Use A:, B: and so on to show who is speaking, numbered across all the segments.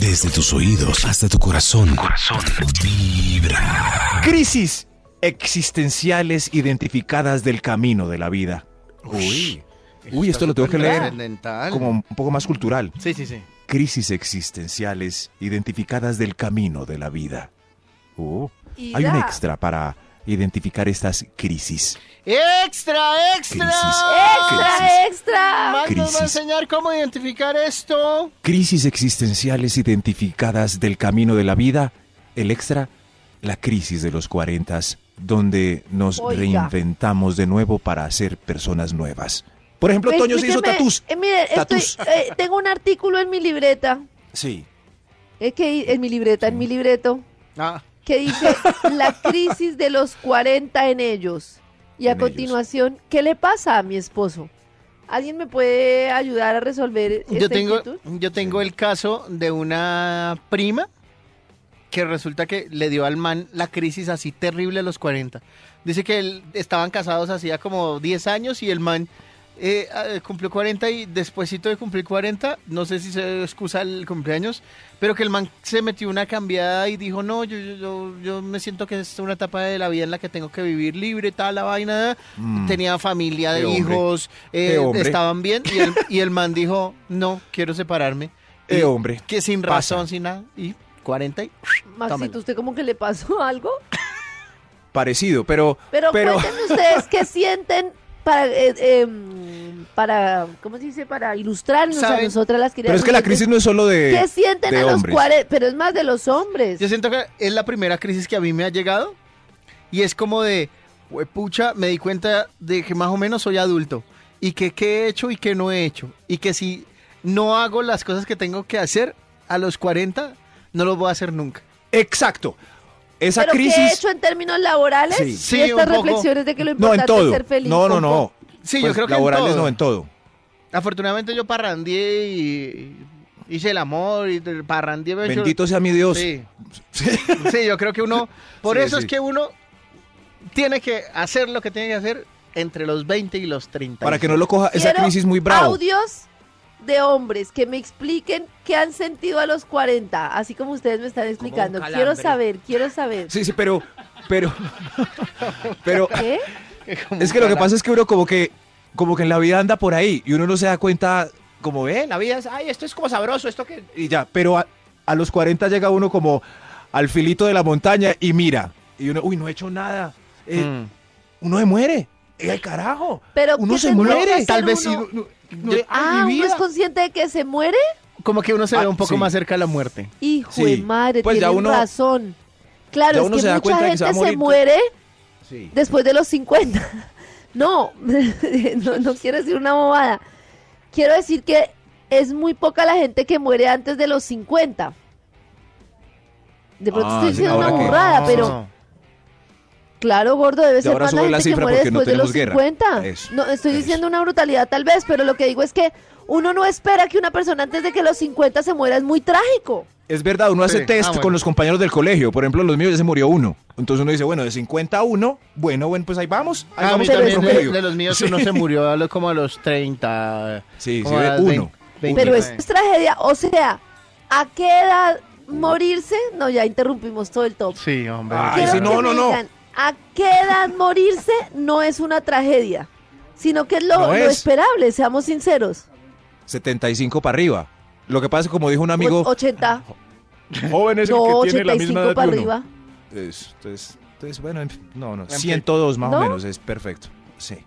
A: Desde tus oídos hasta tu corazón. Corazón. Vibra.
B: Crisis existenciales identificadas del camino de la vida.
C: Uy.
B: Uy, esto lo tengo que leer
C: Trascendental.
B: como un poco más cultural.
C: Sí, sí, sí.
B: Crisis existenciales identificadas del camino de la vida. Oh,
D: Y
B: hay un
D: da.
B: extra para identificar estas crisis.
C: ¡Extra, extra!
B: Crisis.
D: ¡Extra, extra!
C: Max nos va
B: Crisis.
C: a enseñar cómo identificar esto.
B: Crisis existenciales identificadas del camino de la vida. El extra, la crisis de los cuarentas, donde nos
D: Oiga.
B: reinventamos de nuevo para ser personas nuevas. Por ejemplo,
D: Pues
B: Toño se hizo
D: Explíqueme,
B: tatús.
D: eh, mire, estoy-
B: Tatús.
D: eh, tengo un artículo en mi libreta.
B: Sí.
D: Es que en mi libreta, en mi libreto,
C: Ah,
D: que dice la crisis de los 40 en ellos. Y a
B: En ellos.
D: continuación, ¿qué le pasa a mi esposo? ¿Alguien me puede ayudar a resolver
C: yo
D: esta
C: tengo,
D: inquietud?
C: yo tengo el caso de una prima que resulta que le dio al man la crisis así terrible a los 40. Dice que él- estaban casados hacía como 10 años y el man eh, ah, cumplió 40 y despuésito de cumplir 40, no sé si se excusa el cumpleaños, pero que el man se metió una cambiada y dijo, no, yo, yo, yo, yo me siento que es una etapa de la vida en la que tengo que vivir libre, tal, la vaina.
B: Mm.
C: Tenía familia de
B: Qué hombre.
C: hijos, eh,
B: Qué hombre.
C: estaban bien y el, y el man dijo, no, quiero separarme. Y
B: Eh, hombre.
C: Que sin
B: pasa.
C: razón, sin nada. Y 40 y...
D: Maxito,
C: tómelo.
D: ¿usted como que le pasó algo?
B: Parecido, pero.
D: Pero, cuéntenme ustedes qué sienten para, eh, em, para, ¿cómo se dice? Para ilustrarnos a
C: ¿Saben?
D: nosotras las queridas.
B: Pero es que la
D: oyentes.
B: crisis no es solo de.
D: ¿Qué sienten
B: de
D: a los
B: hombres.
D: 40? Pero es más de los hombres.
C: Yo siento que es la primera crisis que a mí me ha llegado y es como de, pucha, me di cuenta de que más o menos soy adulto y que qué he hecho y qué no he hecho y que si no hago las cosas que tengo que hacer a los 40, no los voy a hacer nunca.
B: Exacto. Esa
D: ¿Pero
B: crisis.
D: qué he hecho en términos laborales?
B: Sí.
D: y
C: Sí,
D: estas
C: un poco.
D: reflexiones de que lo
B: No,
D: importante
B: en todo.
D: es ser feliz.
B: no, no,
D: con-
B: no.
C: Sí, yo
B: Pues,
C: creo que en
B: laborales
C: todo.
B: no en todo.
C: Afortunadamente yo parrandié y y hice el amor y parrandié. me-
B: Bendito sea mi Dios.
C: Sí.
B: Sí.
C: Sí, yo creo que uno. Por
B: Sí,
C: eso
B: sí.
C: es que uno tiene que hacer lo que tiene que hacer entre los 20 y los 30.
B: Para que no lo coja esa
D: Quiero
B: crisis muy bravo.
D: Audios de hombres que me expliquen qué han sentido a los 40, así como ustedes me están explicando. Quiero saber, quiero saber.
B: Sí, sí, pero, pero, pero
D: ¿Qué?
B: es que lo que pasa es que uno como que, como que en la vida anda por ahí y uno no se da cuenta, como ve, la vida es, ay, esto es como sabroso, esto que, eh, y ya, pero a, a los 40 llega uno como al filito de la montaña y mira, y uno, uy, no he hecho nada, Eh,
C: Mm.
B: uno se muere, eh, ¡ay, carajo!
D: Pero
B: uno
D: ¿qué
B: se
D: tendría que
B: muere,
D: hacer
C: Tal vez
D: uno?
C: sí, no-
B: No,
C: yo- pues
B: ay,
D: Ah,
B: mi
D: ¿uno
B: vida.
D: es consciente de que se muere?
C: como que uno se
B: Ah,
C: ve un poco
B: sí.
C: más cerca de la muerte.
D: Hijo
B: Sí,
D: de madre,
B: pues ya
D: tienen
B: uno-
D: razón.
B: ya
D: Claro, es
B: uno
D: que
B: se da
D: mucha
B: cuenta de que
D: gente
B: se
D: se,
B: va a morir. pues.
D: muere
B: Sí.
D: después de los 50. No, no, no quiero decir una bobada. Quiero decir que es muy poca la gente que muere antes de los 50. De pronto
B: Ah,
D: estoy
B: sí,
D: diciendo
B: ahora
D: una
B: que-
D: burrada, pero claro, gordo, debe
B: Y
D: ser
B: ahora
D: más la
B: sube la
D: gente que
B: cifra
D: muere
B: porque no
D: después de los
B: tenemos guerra.
D: 50.
B: Eso,
D: no, estoy
B: eso.
D: diciendo una brutalidad tal vez, pero lo que digo es que uno no espera que una persona antes de que los 50 se muera, es muy trágico.
B: Es verdad, uno hace
C: Sí.
B: test
C: Ah, bueno.
B: con los compañeros del colegio. Por ejemplo, los míos ya se murió uno. Entonces uno dice, bueno, de 50 a uno, bueno, bueno, pues ahí vamos. Ahí
C: Ah, a mí
B: vamos
D: pero
B: con el
C: también de,
B: promedio.
C: de los míos uno se murió a los- como a los 30.
B: Sí,
C: como
B: sí,
C: a
B: de
C: las
B: uno.
C: 20,
D: Pero
C: 29.
D: es tragedia, o sea, ¿a qué edad morirse? No, ya interrumpimos todo el top.
C: Sí, hombre.
B: Ay,
D: Quiero
B: sí,
D: que
B: no, no,
D: me
B: no.
D: digan, ¿A qué edad morirse no es una tragedia? Sino que es lo,
B: No
D: lo
B: es.
D: esperable, seamos sinceros.
B: 75 para arriba. Lo que pasa es que como dijo un amigo,
D: O- 80,
B: jóvenes
D: Pues, no,
B: que tiene la misma
D: 85
B: edad
D: para
B: de uno.
D: arriba.
B: Es- Entonces, entonces, bueno, en fin, no, no,
C: En fin.
B: 102 más
D: ¿No?
B: o menos es perfecto. Sí.
C: Sí,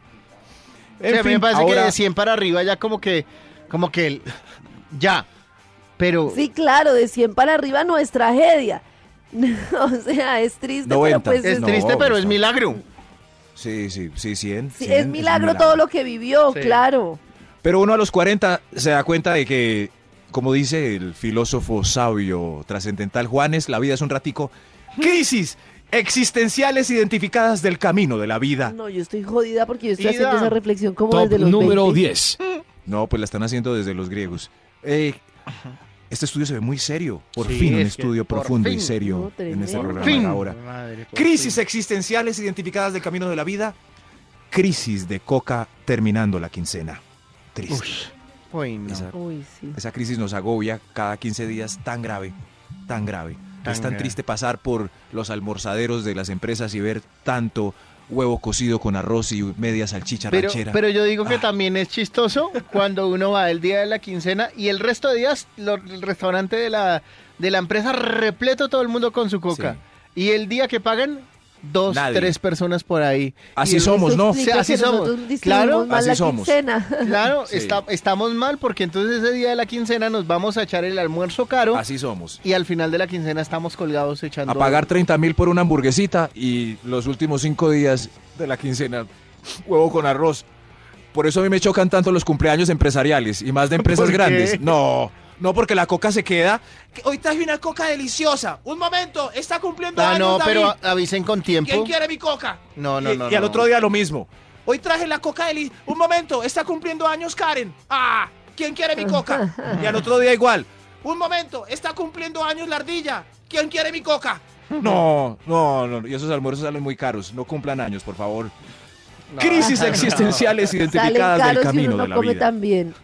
C: a mí me parece que
B: ahora-
C: de 100 para arriba ya como que, como que el- ya. Pero
D: Sí, claro, de 100 para arriba no es tragedia. o sea, es triste,
B: 90.
D: pero pues
C: es
D: es,
B: No,
C: triste, pero es
B: Gustavo.
C: milagro.
B: Sí, sí, sí, 100.
D: sí,
B: 100
D: es milagro todo lo que vivió,
C: Sí.
D: claro.
B: Pero uno a los 40 se da cuenta de que, como dice el filósofo sabio trascendental Juanes, la vida es un ratico. Crisis existenciales identificadas del camino de la vida.
D: No, yo estoy jodida porque yo estoy
C: Ida.
D: haciendo esa reflexión como
A: Top
D: desde los
A: número
D: 20.
A: 10.
B: No, pues la están haciendo desde los griegos. Eh, este estudio se ve muy serio. Por
C: Sí,
B: fin un
C: es que
B: estudio
C: por
B: profundo y
C: fin.
B: serio
D: No,
B: en este
D: tremendo.
B: programa
C: Fin.
B: de ahora.
C: Madre, por
B: Crisis
C: fin.
B: existenciales identificadas del camino de la vida. Crisis de coca terminando la quincena. Triste.
C: Uy, no.
B: Esa,
D: Uy, sí.
B: esa crisis nos agobia cada 15 días tan grave, tan grave.
C: Tan
B: es tan
C: grave.
B: triste pasar por los almorzaderos de las empresas y ver tanto huevo cocido con arroz y media salchicha
C: Pero,
B: ranchera.
C: pero yo digo que
B: Ah.
C: también es chistoso cuando uno va el día de la quincena y el resto de días lo- el restaurante de la, de la empresa repleto todo el mundo con su coca.
B: Sí.
C: Y el día que pagan, dos,
B: Nadie.
C: tres personas por ahí.
B: Así
C: Y el-
B: somos,
D: Eso
B: ¿no?
D: explica
C: Sí, así
D: que
C: somos.
D: nosotros distribuimos
C: Claro,
D: mal
B: así
D: la
B: somos.
D: quincena.
C: Claro,
B: Sí.
C: está- estamos mal porque entonces ese día de la quincena nos vamos a echar el almuerzo caro
B: Así somos.
C: y al final de la quincena estamos colgados echando...
B: A pagar 30 mil por una hamburguesita y los últimos cinco días de la quincena, huevo con arroz. Por eso a mí me chocan tanto los cumpleaños empresariales y más de empresas
C: ¿Por qué?
B: grandes. No, no porque la coca se queda. Que Hoy traje una coca deliciosa. Un momento, está cumpliendo
C: Ah,
B: años,
C: no,
B: David.
C: pero avisen con tiempo.
B: ¿Quién quiere mi coca?
C: No, no,
B: Y-
C: no,
B: Y al
C: no.
B: otro día lo mismo. Hoy traje la coca deli. Un momento, está cumpliendo años Karen. Ah, ¿quién quiere mi coca? Y al otro día igual. Un momento, está cumpliendo años la ardilla. ¿Quién quiere mi coca? No, no, no. Y esos almuerzos salen muy caros. No cumplan años, por favor.
C: No.
B: Crisis
C: No.
B: existenciales
D: Salen
B: identificadas del
D: caros y
B: camino
D: uno
B: de la
D: no come
B: vida.
D: tan bien.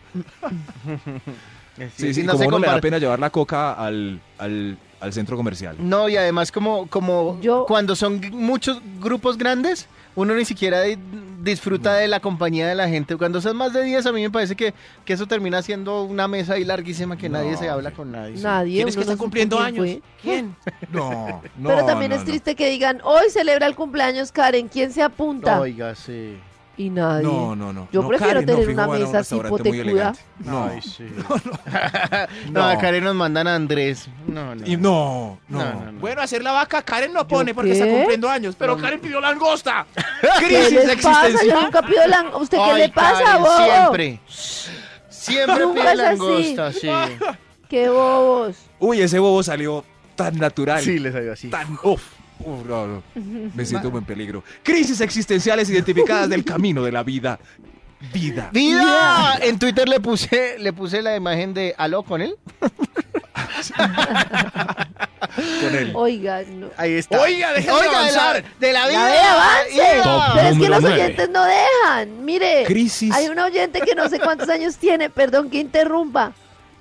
C: Eh,
B: Sí, sí,
C: no
B: como
C: se
B: no le da
C: compara.
B: pena llevar la coca al, al, al centro comercial.
C: No, y además como, como
D: Yo-
C: cuando son g- muchos grupos grandes, uno ni siquiera di- disfruta de la compañía de la gente. Cuando son más de 10, a mí me parece que, que eso termina siendo una mesa ahí larguísima que nadie se habla con nadie.
D: Nadie.
B: ¿Quién es
D: uno
B: que está
D: no supo
B: cumpliendo
D: quién
B: años?
D: fue.
B: ¿Quién? No, no.
D: Pero también
B: no,
D: es
B: no.
D: triste que digan, hoy celebra el cumpleaños Karen, ¿quién se apunta?
C: Oiga, sí.
D: Y nadie.
B: No, no, no.
D: Yo
B: No,
D: prefiero
B: Karen, no,
D: tener
B: fijo,
D: una
B: van a un
D: mesa así
B: restaurante muy
D: potecuda.
B: elegante. No,
C: Ay, sí. No,
B: No.
C: a Karen nos mandan a Andrés. No, no.
B: Y no, no.
C: No, no, no.
B: Bueno, hacer la vaca Karen no pone porque
D: qué?
B: está cumpliendo años, pero Karen pidió langosta.
D: ¿Qué
B: Crisis
D: les pasa? Yo
B: existencial.
D: nunca pido la... ¿Usted qué
C: Ay,
D: le pasa,
C: Karen,
D: bobo?
C: Siempre. Siempre
D: Nunca
C: pide
D: es así.
C: langosta, sí.
D: ¡Qué bobos!
B: Uy, ese bobo salió tan natural.
C: Sí, les salió así.
B: Tan uf. uf, no, no. Me siento como en peligro. Crisis existenciales identificadas del camino de la vida. Vida.
C: ¡Vida! En Twitter le puse, le puse la imagen de Aló con él.
B: Con él.
D: Oiga, no.
C: Ahí está.
B: Oiga, dejen de
C: Oiga, de la-
B: avanzar.
C: De la,
D: ¡Ya
C: vida.
D: ve, avance!
C: ¡Ida!
D: Pero es que
A: Número
D: los
A: nueve.
D: oyentes no dejan. Mire,
B: Crisis.
D: hay un oyente que no sé cuántos años tiene. Perdón que interrumpa.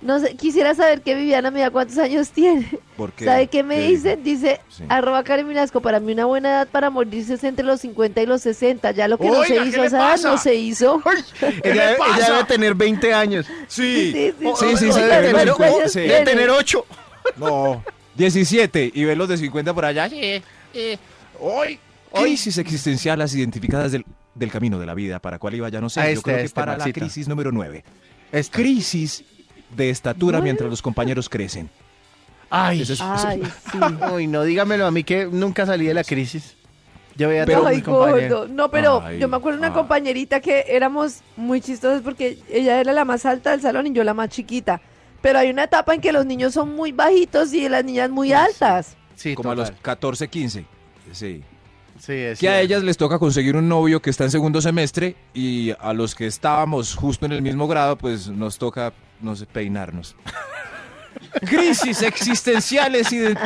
D: No sé, quisiera saber que Viviana me da cuántos años tiene.
B: ¿Por qué?
D: ¿Sabe qué me dicen? Dice,
B: Sí.
D: arroba Karen Minasco, para mí una buena edad para morirse es entre los 50 y los 60. Ya lo que no
B: Oiga,
D: se
B: ¿qué
D: hizo
B: le
D: a esa edad
B: pasa?
D: no se hizo.
B: ¿Qué le
C: Ella, ella
B: pasa?
C: debe tener 20 años.
B: Sí.
D: Sí, sí,
C: O-
B: sí, sí,
C: o-
B: sí,
C: o
B: que
C: debe
B: tenga
C: tener-
B: cincuenta,
C: o-
B: sí.
C: debe tener 8.
B: No. 17 y ver los de 50 por allá. Hoy, crisis existencial, las identificadas del, del camino de la vida, para cuál iba ya no sé.
C: A
B: Yo
C: este,
B: creo
C: a
B: que
C: este,
B: para
C: Maxito.
B: la crisis número 9.
C: Este.
B: Crisis de estatura mientras los compañeros crecen.
C: Ay.
B: Ese es-
D: Ay, sí.
C: Uy, no, dígamelo a mí que nunca salí de la crisis. Yo veía a
B: Pero-
C: todos
D: Ay,
C: mis compañeros.
D: gordo. No, pero
B: Ay, ah.
D: yo me acuerdo de una
B: ay.
D: compañerita que éramos muy chistosos porque ella era la más alta del salón y yo la más chiquita. Pero hay una etapa en que los niños son muy bajitos y las niñas muy altas.
C: Sí,
B: como a los
C: total.
B: 14, 15. Sí.
C: Sí, es
B: Que a
C: cierto.
B: ellas les toca conseguir un novio que está en segundo semestre y a los que estábamos justo en el mismo grado, pues nos toca, no sé, peinarnos. Crisis existenciales y de-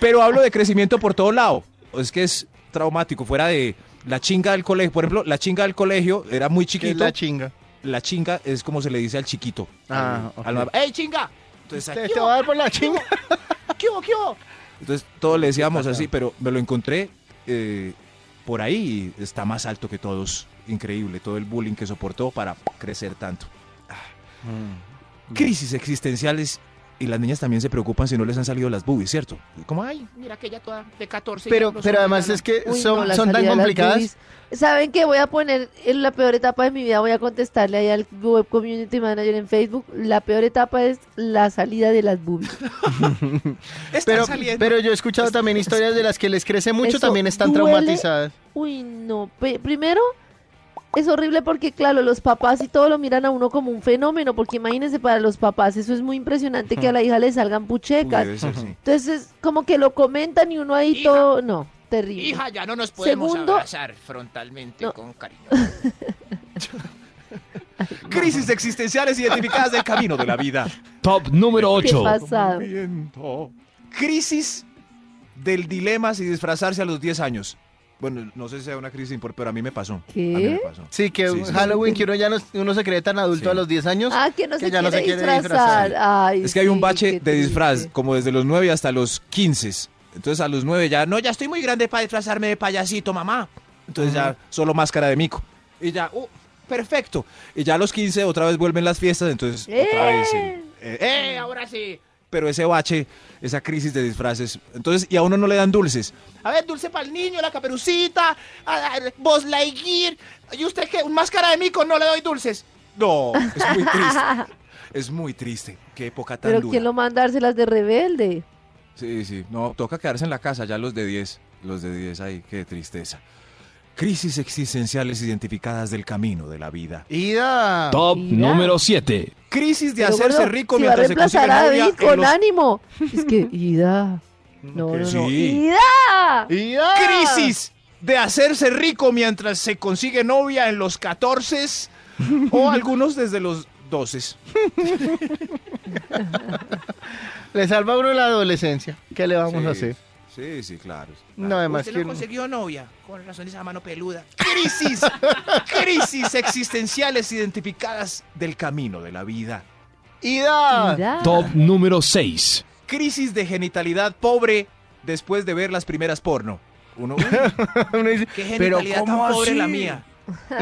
B: Pero hablo de crecimiento por todo lado. Es que es traumático, fuera de la chinga del colegio. Por ejemplo, la chinga del colegio era muy
C: Que es
B: chiquito.
C: la
B: La,
C: chinga.
B: chinga es como se le dice al chiquito.
C: Ah, ok.
B: Al más- ¡Ey, chinga! Entonces,
C: Te, te va a dar por la chinga.
B: ¿Qué hubo, qué hubo? Entonces todos le decíamos así, pero me lo encontré eh, por ahí y está más alto que todos. Increíble, todo el bullying que soportó para crecer tanto. Crisis existenciales y las niñas también se preocupan si no les han salido las boobies, ¿cierto? Como, ay,
E: Mira aquella toda de 14.
C: Pero, pero además es que
D: Uy, no,
C: son,
D: la
C: son tan
D: salida de las
C: complicadas.
D: boobies. ¿Saben que Voy a poner en la peor etapa de mi vida, voy a contestarle ahí al web community manager en Facebook. La peor etapa es la salida de las boobies.
C: Pero, pero yo he escuchado también historias de las que les crece mucho,
D: Eso
C: también están
D: duele.
C: traumatizadas.
D: Uy, no. Pe- primero, es horrible porque, claro, los papás y todo lo miran a uno como un fenómeno, porque imagínense para los papás, eso es muy impresionante que a la hija le salgan
B: uy,
D: puchecas.
B: debe ser, sí.
D: Entonces, como que lo comentan y uno ahí
E: Hija.
D: todo, no, terrible.
E: Hija, ya no nos podemos
D: Segundo-
E: abrazar frontalmente
D: No.
E: con cariño.
B: Crisis existenciales identificadas del camino de la vida.
A: Top número
D: Qué
A: 8.
D: pasado.
B: Viento. Crisis del dilema si disfrazarse a los 10 años. Bueno, no sé si sea una crisis de impor- pero a mí me pasó.
D: ¿Qué?
B: A mí me pasó.
C: Sí, que
B: Sí, sí.
C: Halloween, que uno ya no, uno se cree tan adulto
B: Sí.
C: a los 10 años.
D: Ah, que no
C: que
D: se
C: ya
D: quiere
C: no se quiere
D: disfrazar. Ay,
B: Es que hay
D: sí,
B: un
D: qué
B: bache de disfraz,
D: triste.
B: como desde los 9 hasta los 15. Entonces a los 9 ya, no, ya estoy muy grande para disfrazarme de payasito, mamá. Entonces ya solo máscara de mico. Y ya, uh, perfecto. Y ya a los 15 otra vez vuelven las fiestas, entonces otra vez. el-
D: ¡Eh!
B: eh, eh,
E: ¡Eh, ahora sí!
B: pero ese bache, esa crisis de disfraces. Entonces, y a uno no le dan dulces.
E: A ver, dulce para el niño, la caperucita, a- a- Buzz Lightyear. ¿Y usted qué? Un máscara de mico, no le doy dulces.
B: No, es muy triste. es muy triste. Qué época tan
D: Pero
B: dura.
D: ¿quién lo manda a dárselas de rebelde?
B: Sí, sí. No, toca quedarse en la casa, ya los de 10. Los de 10 ahí, qué tristeza. Crisis existenciales identificadas del camino de la vida.
C: Ida.
A: Top
D: Mira.
A: número 7.
B: Crisis de
D: Pero,
B: hacerse
D: gordo,
B: rico
D: si va a
B: mientras se consigue
D: reemplazar a
B: novia.
D: David
B: en
D: con
B: los- Mm,
D: ánimo. Es que, Ida. No,
B: Que
D: no, no.
B: sí.
D: ¡Ida!
C: Ida.
B: Crisis de hacerse rico mientras se consigue novia en los 14 o algunos desde los 12.
C: Le salva a uno la adolescencia. ¿Qué le vamos a
B: Sí,
C: hacer?
B: Sí, sí, claro.
C: No, además
E: usted
C: que
E: no
C: uno-
E: consiguió novia, con razón de esa mano peluda.
B: Crisis, crisis existenciales identificadas del camino de la vida.
C: Ida.
D: ¡Ida!
A: Top número 6.
B: Crisis de genitalidad pobre después de ver las primeras porno. Uno, uy,
C: Uno dice,
E: ¡Qué
C: Pero
E: genitalidad tan
C: ¿cómo
E: pobre la
C: así?
E: mía!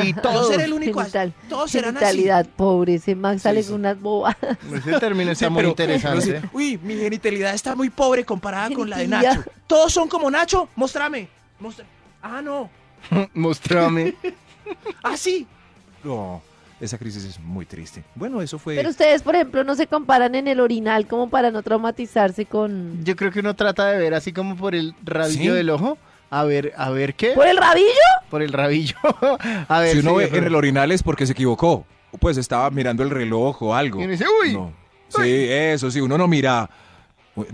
C: y
E: Yo
C: todo.
E: seré el único así.
D: Genital-
E: Todos serán así.
D: Genitalidad, pobre. Ese Max sale
B: sí.
D: con unas bobas.
C: Ese término está
B: Sí,
C: muy
B: pero-
C: interesante.
B: pero sí, uy, mi genitalidad está muy pobre comparada con la de
D: Genitalidad.
B: Nacho. Todos son como Nacho. Mostrame. mostra- Ah, no.
C: Mostrame.
B: Ah, sí. No, esa crisis es muy triste. Bueno, eso fue.
D: Pero ustedes, por ejemplo, no se comparan en el orinal como para no traumatizarse con...
C: Yo creo que uno trata de ver así como por el rabillo
B: Sí.
C: del ojo. A ver, a ver
E: ¿Eh?
C: qué.
D: ¿Por el rabillo?
C: Por el rabillo. a ver.
B: si uno
C: sí,
B: ve
C: pero-
B: en el orinal es porque se equivocó. Pues estaba mirando el reloj o algo.
C: Y uno dice, "Uy,
B: No. Sí, eso sí, uno no mira.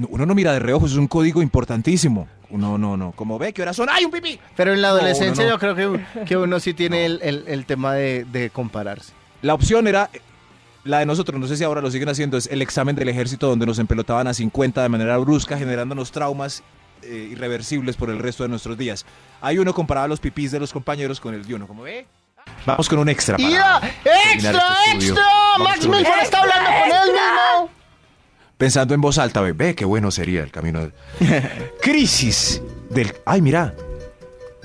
B: Uno no mira de reojo, eso es un código importantísimo. No, no, no. Como ve que ahora son. ¡Ay, un pipí!
C: Pero en la
B: No, uno
C: adolescencia
B: no.
C: yo creo que, que uno sí tiene el, el- el tema de, de compararse.
B: La opción era. La de nosotros, no sé si ahora lo siguen haciendo, es el examen del ejército donde nos empelotaban a 50 de manera brusca, generándonos traumas eh, irreversibles por el resto de nuestros días. Hay uno comparaba los pipís de los compañeros con el de uno, como ve. Vamos con un extra. para-
C: ¡Ida! ¡Extra,
B: terminar este estudio.
C: extra!
B: Vamos
C: Max
B: con un
C: Milford está hablando con él mismo.
B: pensando en voz alta, ve, ve qué bueno sería el camino. de- Crisis del... ¡Ay, mira!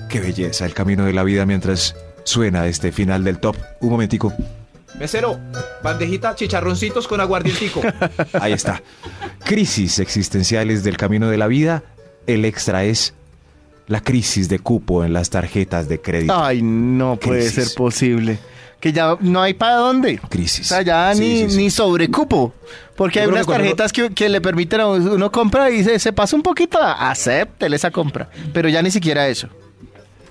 B: ¡Qué belleza el camino de la vida mientras suena este final del top! Un momentico.
E: Mesero, bandejita, chicharroncitos con aguardientico.
B: Ahí está. Crisis existenciales del camino de la vida. El extra es la crisis de cupo en las tarjetas de crédito.
C: Ay, no puede
B: Crisis.
C: ser posible. Que ya no hay para dónde. O
B: Crisis.
C: sea, ya
B: Sí,
C: ni,
B: sí, sí.
C: ni sobrecupo. Porque
B: Yo creo
C: hay
B: que
C: unas
B: cuando uno-
C: tarjetas que, que le permiten a uno uno compra y dice, se pasa un poquito, acéptele esa compra. Pero ya ni siquiera eso.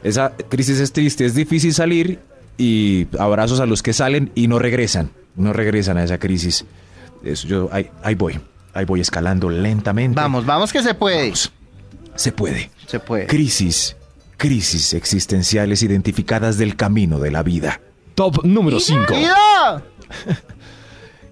B: Esa crisis es triste, es difícil salir y abrazos a los que salen y no regresan, no regresan a esa crisis. Eso, yo ahí, ahí voy, ahí voy escalando lentamente.
C: Vamos, vamos que se puede.
B: Vamos. Se puede.
C: Se puede.
B: Crisis, crisis existenciales identificadas del camino de la vida.
A: Top número 5.
C: ¡Ida!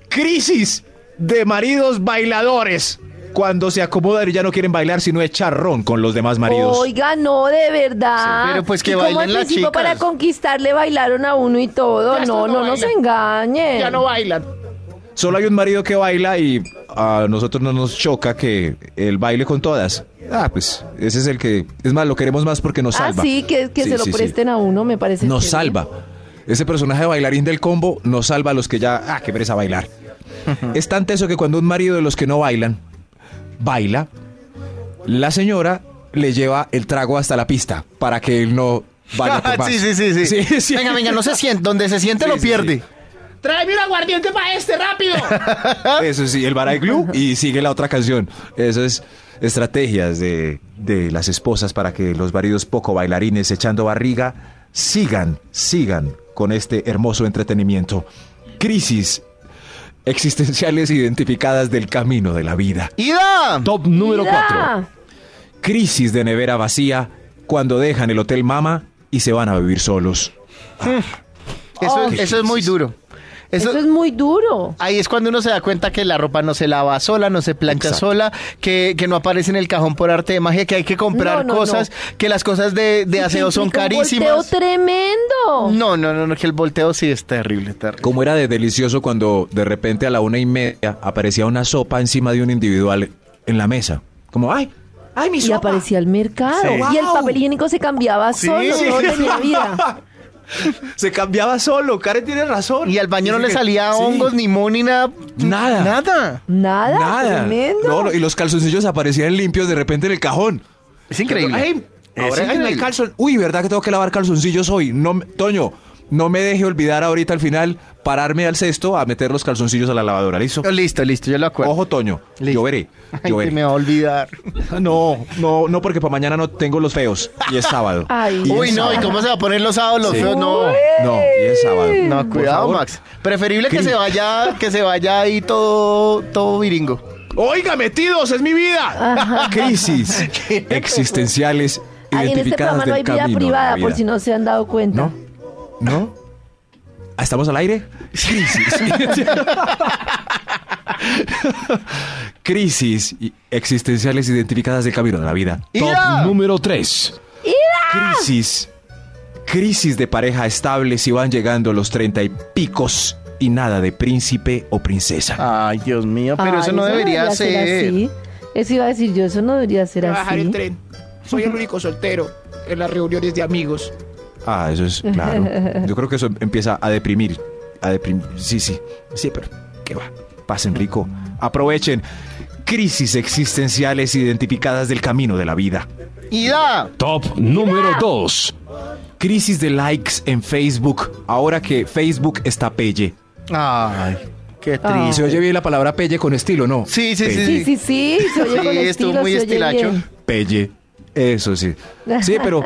B: Crisis de maridos bailadores. Cuando se acomodan y ya no quieren bailar, sino echar ron con los demás maridos.
D: Oiga, no, de verdad.
C: Sí, pero pues que
D: ¿Y cómo
C: bailen
D: al
C: las
D: principio
C: chicas?
D: para conquistarle bailaron a uno y todo.
E: Ya
D: No,
E: esto
D: no,
E: no
D: nos
E: baila.
D: engañen.
E: ya no bailan.
B: Solo hay un marido que baila y a nosotros no nos choca que él baile con todas. Ah, pues ese es el que. Es más, lo queremos más porque nos
D: Ah,
B: salva.
D: sí, que, que
B: Sí,
D: se lo
B: sí, sí.
D: presten a uno, me parece.
B: Nos
D: chévere.
B: salva. Ese personaje bailarín del combo nos salva a los que ya. Ah, que pereza bailar. es tan teso que cuando un marido de los que no bailan baila, la señora le lleva el trago hasta la pista para que él no vaya con más.
C: sí, sí, sí, sí, Venga, venga, no se siente. Donde se siente
B: Sí,
C: lo
B: sí, sí.
C: pierde.
E: Tráeme un aguardiente para este, rápido.
B: Eso sí, el Baraglú y sigue la otra canción. Eso es estrategias de, de las esposas para que los maridos poco bailarines echando barriga sigan, sigan con este hermoso entretenimiento. Crisis existenciales identificadas del camino de la vida.
C: ¡Ida!
A: Top número
D: Ida.
A: 4.
B: Crisis de nevera vacía cuando dejan el hotel mama y se van a vivir solos.
C: Eso,
B: Oh.
C: eso es muy duro.
D: Eso,
C: Eso-
D: es muy duro.
C: Ahí es cuando uno se da cuenta que la ropa no se lava sola, no se plancha
B: Exacto.
C: sola, que, que no aparece en el cajón por arte de magia, que hay que comprar
D: No, no, no.
C: cosas, que las cosas de, de
D: Sí,
C: aseo
D: sí,
C: son
D: sí, fue Un
C: carísimas.
D: volteo tremendo.
C: No, no, no, no, que el volteo sí es terrible, terrible.
A: Como era de delicioso cuando de repente a la una y media aparecía una sopa encima de un individual en la mesa? Como, ¡ay! ¡Ay, mi
D: Y
A: sopa!
D: aparecía el mercado.
B: Sí.
D: Y el papel higiénico se cambiaba
C: Sí.
D: solo, no tenía vida.
B: Se cambiaba solo, Karen tiene razón.
C: Y al baño no
B: Dice
C: le
B: que-
C: salía
B: sí.
C: hongos, ni moho, ni nada.
B: Nada.
C: Nada.
D: Nada,
B: Nada.
D: tremendo.
B: No, no, y los calzoncillos aparecían limpios de repente en el cajón.
C: Es increíble.
B: Ay,
C: Es
B: ahora ay, no hay
C: increíble.
B: calzon. Uy, ¿verdad que tengo que lavar calzoncillos hoy? No, me- Toño, no me deje olvidar ahorita al final pararme al cesto a meter los calzoncillos a la lavadora, ¿listo?
C: Oh, Listo, listo, yo lo acuerdo.
B: Ojo, Toño,
C: Listo.
B: yo veré,
C: Ay,
B: yo
C: se me
B: veré. Ah,
C: va a olvidar.
B: No, no, no, porque para mañana no tengo los feos y es sábado.
D: Ay.
B: Y
C: Uy,
B: es
C: no, ¿y
B: sábado.
C: cómo se va a poner los sábados los
B: Sí.
C: feos? No.
B: No, y es sábado.
C: No,
B: Por
C: cuidado,
B: favor.
C: Max. Preferible que
B: Cris.
C: se vaya, que se vaya ahí todo, todo viringo.
B: Oiga, metidos, es mi vida. Crisis existenciales
D: Ay, en este
B: identificadas
D: programa no hay
B: del
D: vida
B: camino. a la
D: privada, por
B: vida.
D: si no se han dado cuenta.
B: ¿No? ¿No? ¿Ah, ¿Estamos al aire? Crisis. Crisis y- existenciales identificadas del camino de la vida.
C: ¡Ida!
A: Top número 3.
D: ¡Ah!
B: Crisis. Crisis de pareja estable si van llegando los treinta y picos y nada de príncipe o princesa.
C: Ay, Dios mío, pero
D: Ay,
C: eso no debería, ser.
D: así. Eso iba a decir yo, eso no debería ser
E: Voy a bajar el
D: así.
E: tren. Soy el único soltero en las reuniones de amigos.
B: Ah, eso es claro. Yo creo que eso empieza a deprimir. A deprimir. Sí, sí. Sí, pero qué va. Pasen rico. Aprovechen. Crisis existenciales identificadas del camino de la vida.
C: Ida.
A: Top número 2.
B: Crisis de likes en Facebook, ahora que Facebook está pelle.
C: Ay, qué
D: Ah.
B: Y
C: triste.
B: se oye bien la palabra pelle con estilo, ¿no?
C: Sí, sí, sí.
D: Sí, sí, sí, se oye
C: Sí,
D: con
C: estuvo
D: estilo,
C: muy
D: se oye
C: estilacho.
D: bien.
B: Pelle. Eso sí. Sí, pero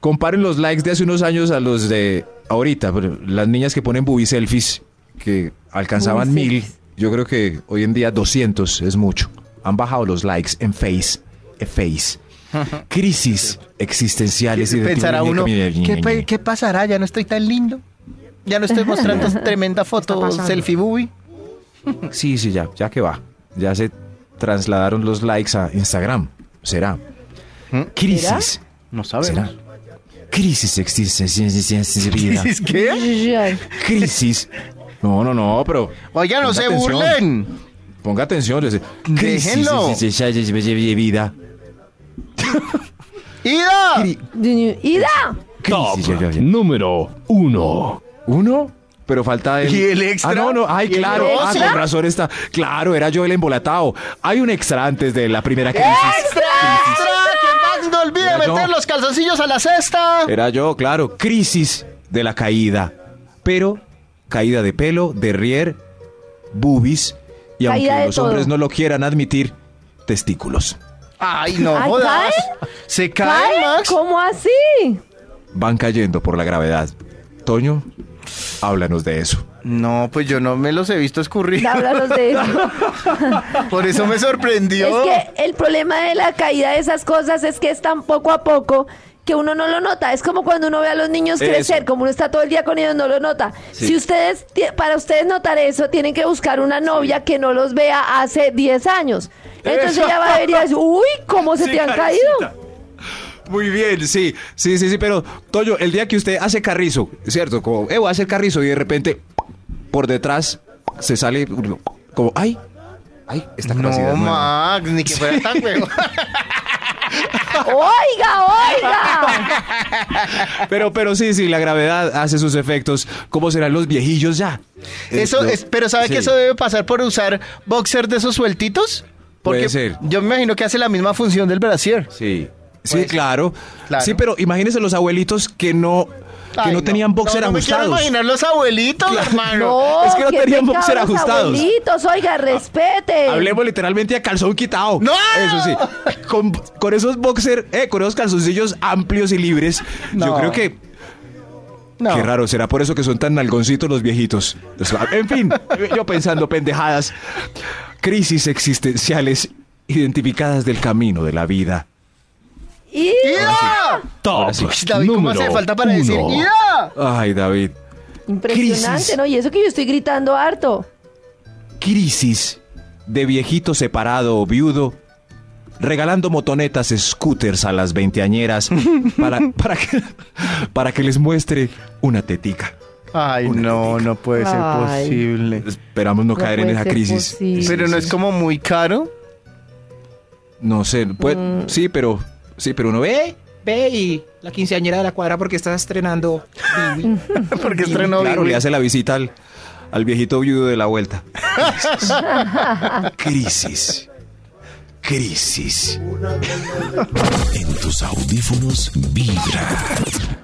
B: comparen los likes de hace unos años a los de ahorita. Pero Las niñas que ponen booby selfies, que alcanzaban
D: Booby
B: mil,
D: selfies.
B: yo creo que hoy en día 200 es mucho. Han bajado los likes en Face. En Face. Crisis existenciales. y de
C: Pensará
B: timidez.
C: uno, ¿qué, pa- qué pasará? Ya no estoy tan lindo. Ya no estoy mostrando tremenda foto selfie boobie.
B: Sí, sí, ya, ya que va. Ya se trasladaron los likes a Instagram. Será. Crisis.
C: No
B: ¿Mm? Será. Crisis existencial.
C: ¿Crisis qué?
D: Ay,
B: Crisis. No, no, no, pero.
C: Oiga, no
B: ponga
C: se
B: atención.
C: burlen.
B: Ponga atención. yo sé. Crisis
C: Déjenlo.
B: existencial de vida.
C: ¡Ida!
B: Cri-
D: ay. ¡Ida!
A: Top
B: Crisis, ya, ya, ya.
A: número 1.
B: Uno, pero falta el.
C: ¿Y el extra?
B: Ah, no, no, ay,
C: ¿Y el
B: claro. Ah,
C: extra?
B: con razón está. Claro, era yo el embolatado. Hay un extra antes de la primera crisis.
C: ¡Extra! ¡Que Max no olvide
B: Mira, yo-
C: meter los calzoncillos a la cesta!
B: Era yo, claro. Crisis de la caída. Pero caída de pelo, de rier, boobies y
D: Caída de
B: aunque los
D: todo.
B: hombres no lo quieran admitir, testículos.
C: ¡Ay, no
D: Ay,
C: jodas! ¿Se cae,
D: Ay,
C: Max?
D: ¿Cómo así?
B: Van cayendo por la gravedad. Toño, háblanos de eso.
C: No, pues yo no me los he visto escurrir.
D: Háblanos de eso.
C: Por eso me sorprendió.
D: Es que el problema de la caída de esas cosas es que es tan poco a poco que uno no lo nota. Es como cuando uno ve a los niños
B: Eso.
D: crecer, como uno está todo el día con ellos, no lo nota.
B: Sí.
D: Si ustedes, ti- para ustedes notar eso, tienen que buscar una novia que no los vea hace 10 años. Entonces
B: Eso.
D: ella va a ver y va a decir, uy, ¿cómo se
B: Sí,
D: te han
B: Karencita.
D: caído?
B: Muy bien, sí, sí, sí, sí, pero Toño, el día que usted hace carrizo, ¿cierto? Como, eh, voy a hacer carrizo y de repente por detrás se sale como, ay, ay, esta capacidad
C: No,
B: nueva.
C: Max, ni que fuera tan huevo.
D: Oiga, oiga.
B: Pero, pero sí, sí, la gravedad hace sus efectos. ¿Cómo serán los viejillos ya?
C: Eso
B: Eh,
C: es, pero ¿sabe
B: sí.
C: que eso debe pasar por usar boxer de esos sueltitos? Porque
B: Puede ser.
C: yo me imagino que hace la misma función del brasier.
B: Sí. Sí,
C: Pues,
B: claro.
C: claro.
B: Sí, pero imagínense los abuelitos que no, que
C: Ay,
B: no tenían boxer
C: no, no
B: ajustados.
C: Me quiero imaginar los abuelitos, hermano.
D: No,
B: es que no
D: qué
B: tenían
D: pecado
B: boxer
D: los
B: ajustados.
D: abuelitos, oiga, respete.
B: Hablemos literalmente a calzón quitado.
C: Eh. ¡No!
B: Eso sí. Con, con esos boxer, eh, con esos calzoncillos amplios y libres,
C: No.
B: yo creo que.
C: No.
B: Qué raro, será por eso que son tan nalgoncitos los viejitos. En fin, yo pensando pendejadas. Crisis existenciales identificadas del camino de la vida.
D: Y-
C: ¡Ida!
A: Top
C: David, ¿cómo
A: número
C: hace falta para
A: uno.
C: decir ¡Ida!
B: Ay, David.
D: Impresionante,
B: Crisis.
D: ¿no? Y eso que yo estoy gritando harto.
B: crisis de viejito separado o viudo, regalando motonetas scooters a las veinteañeras para, para, que, para que les muestre una tetica.
C: Ay, no, no puede ser
D: Ay.
C: posible.
B: Esperamos no,
D: No
B: caer en
D: puede
B: esa
D: ser
B: crisis.
D: posible.
C: Pero no es como muy caro.
B: No sé, puede-
D: Mm.
B: sí, pero sí, pero uno ve.
E: Ve y la quinceañera de la cuadra porque estás estrenando. Bibi.
C: Porque estrenó
B: claro,
C: Bibi.
B: le hace la visita al, al viejito viudo de la vuelta. Crisis. Crisis.
A: En tus audífonos vibra.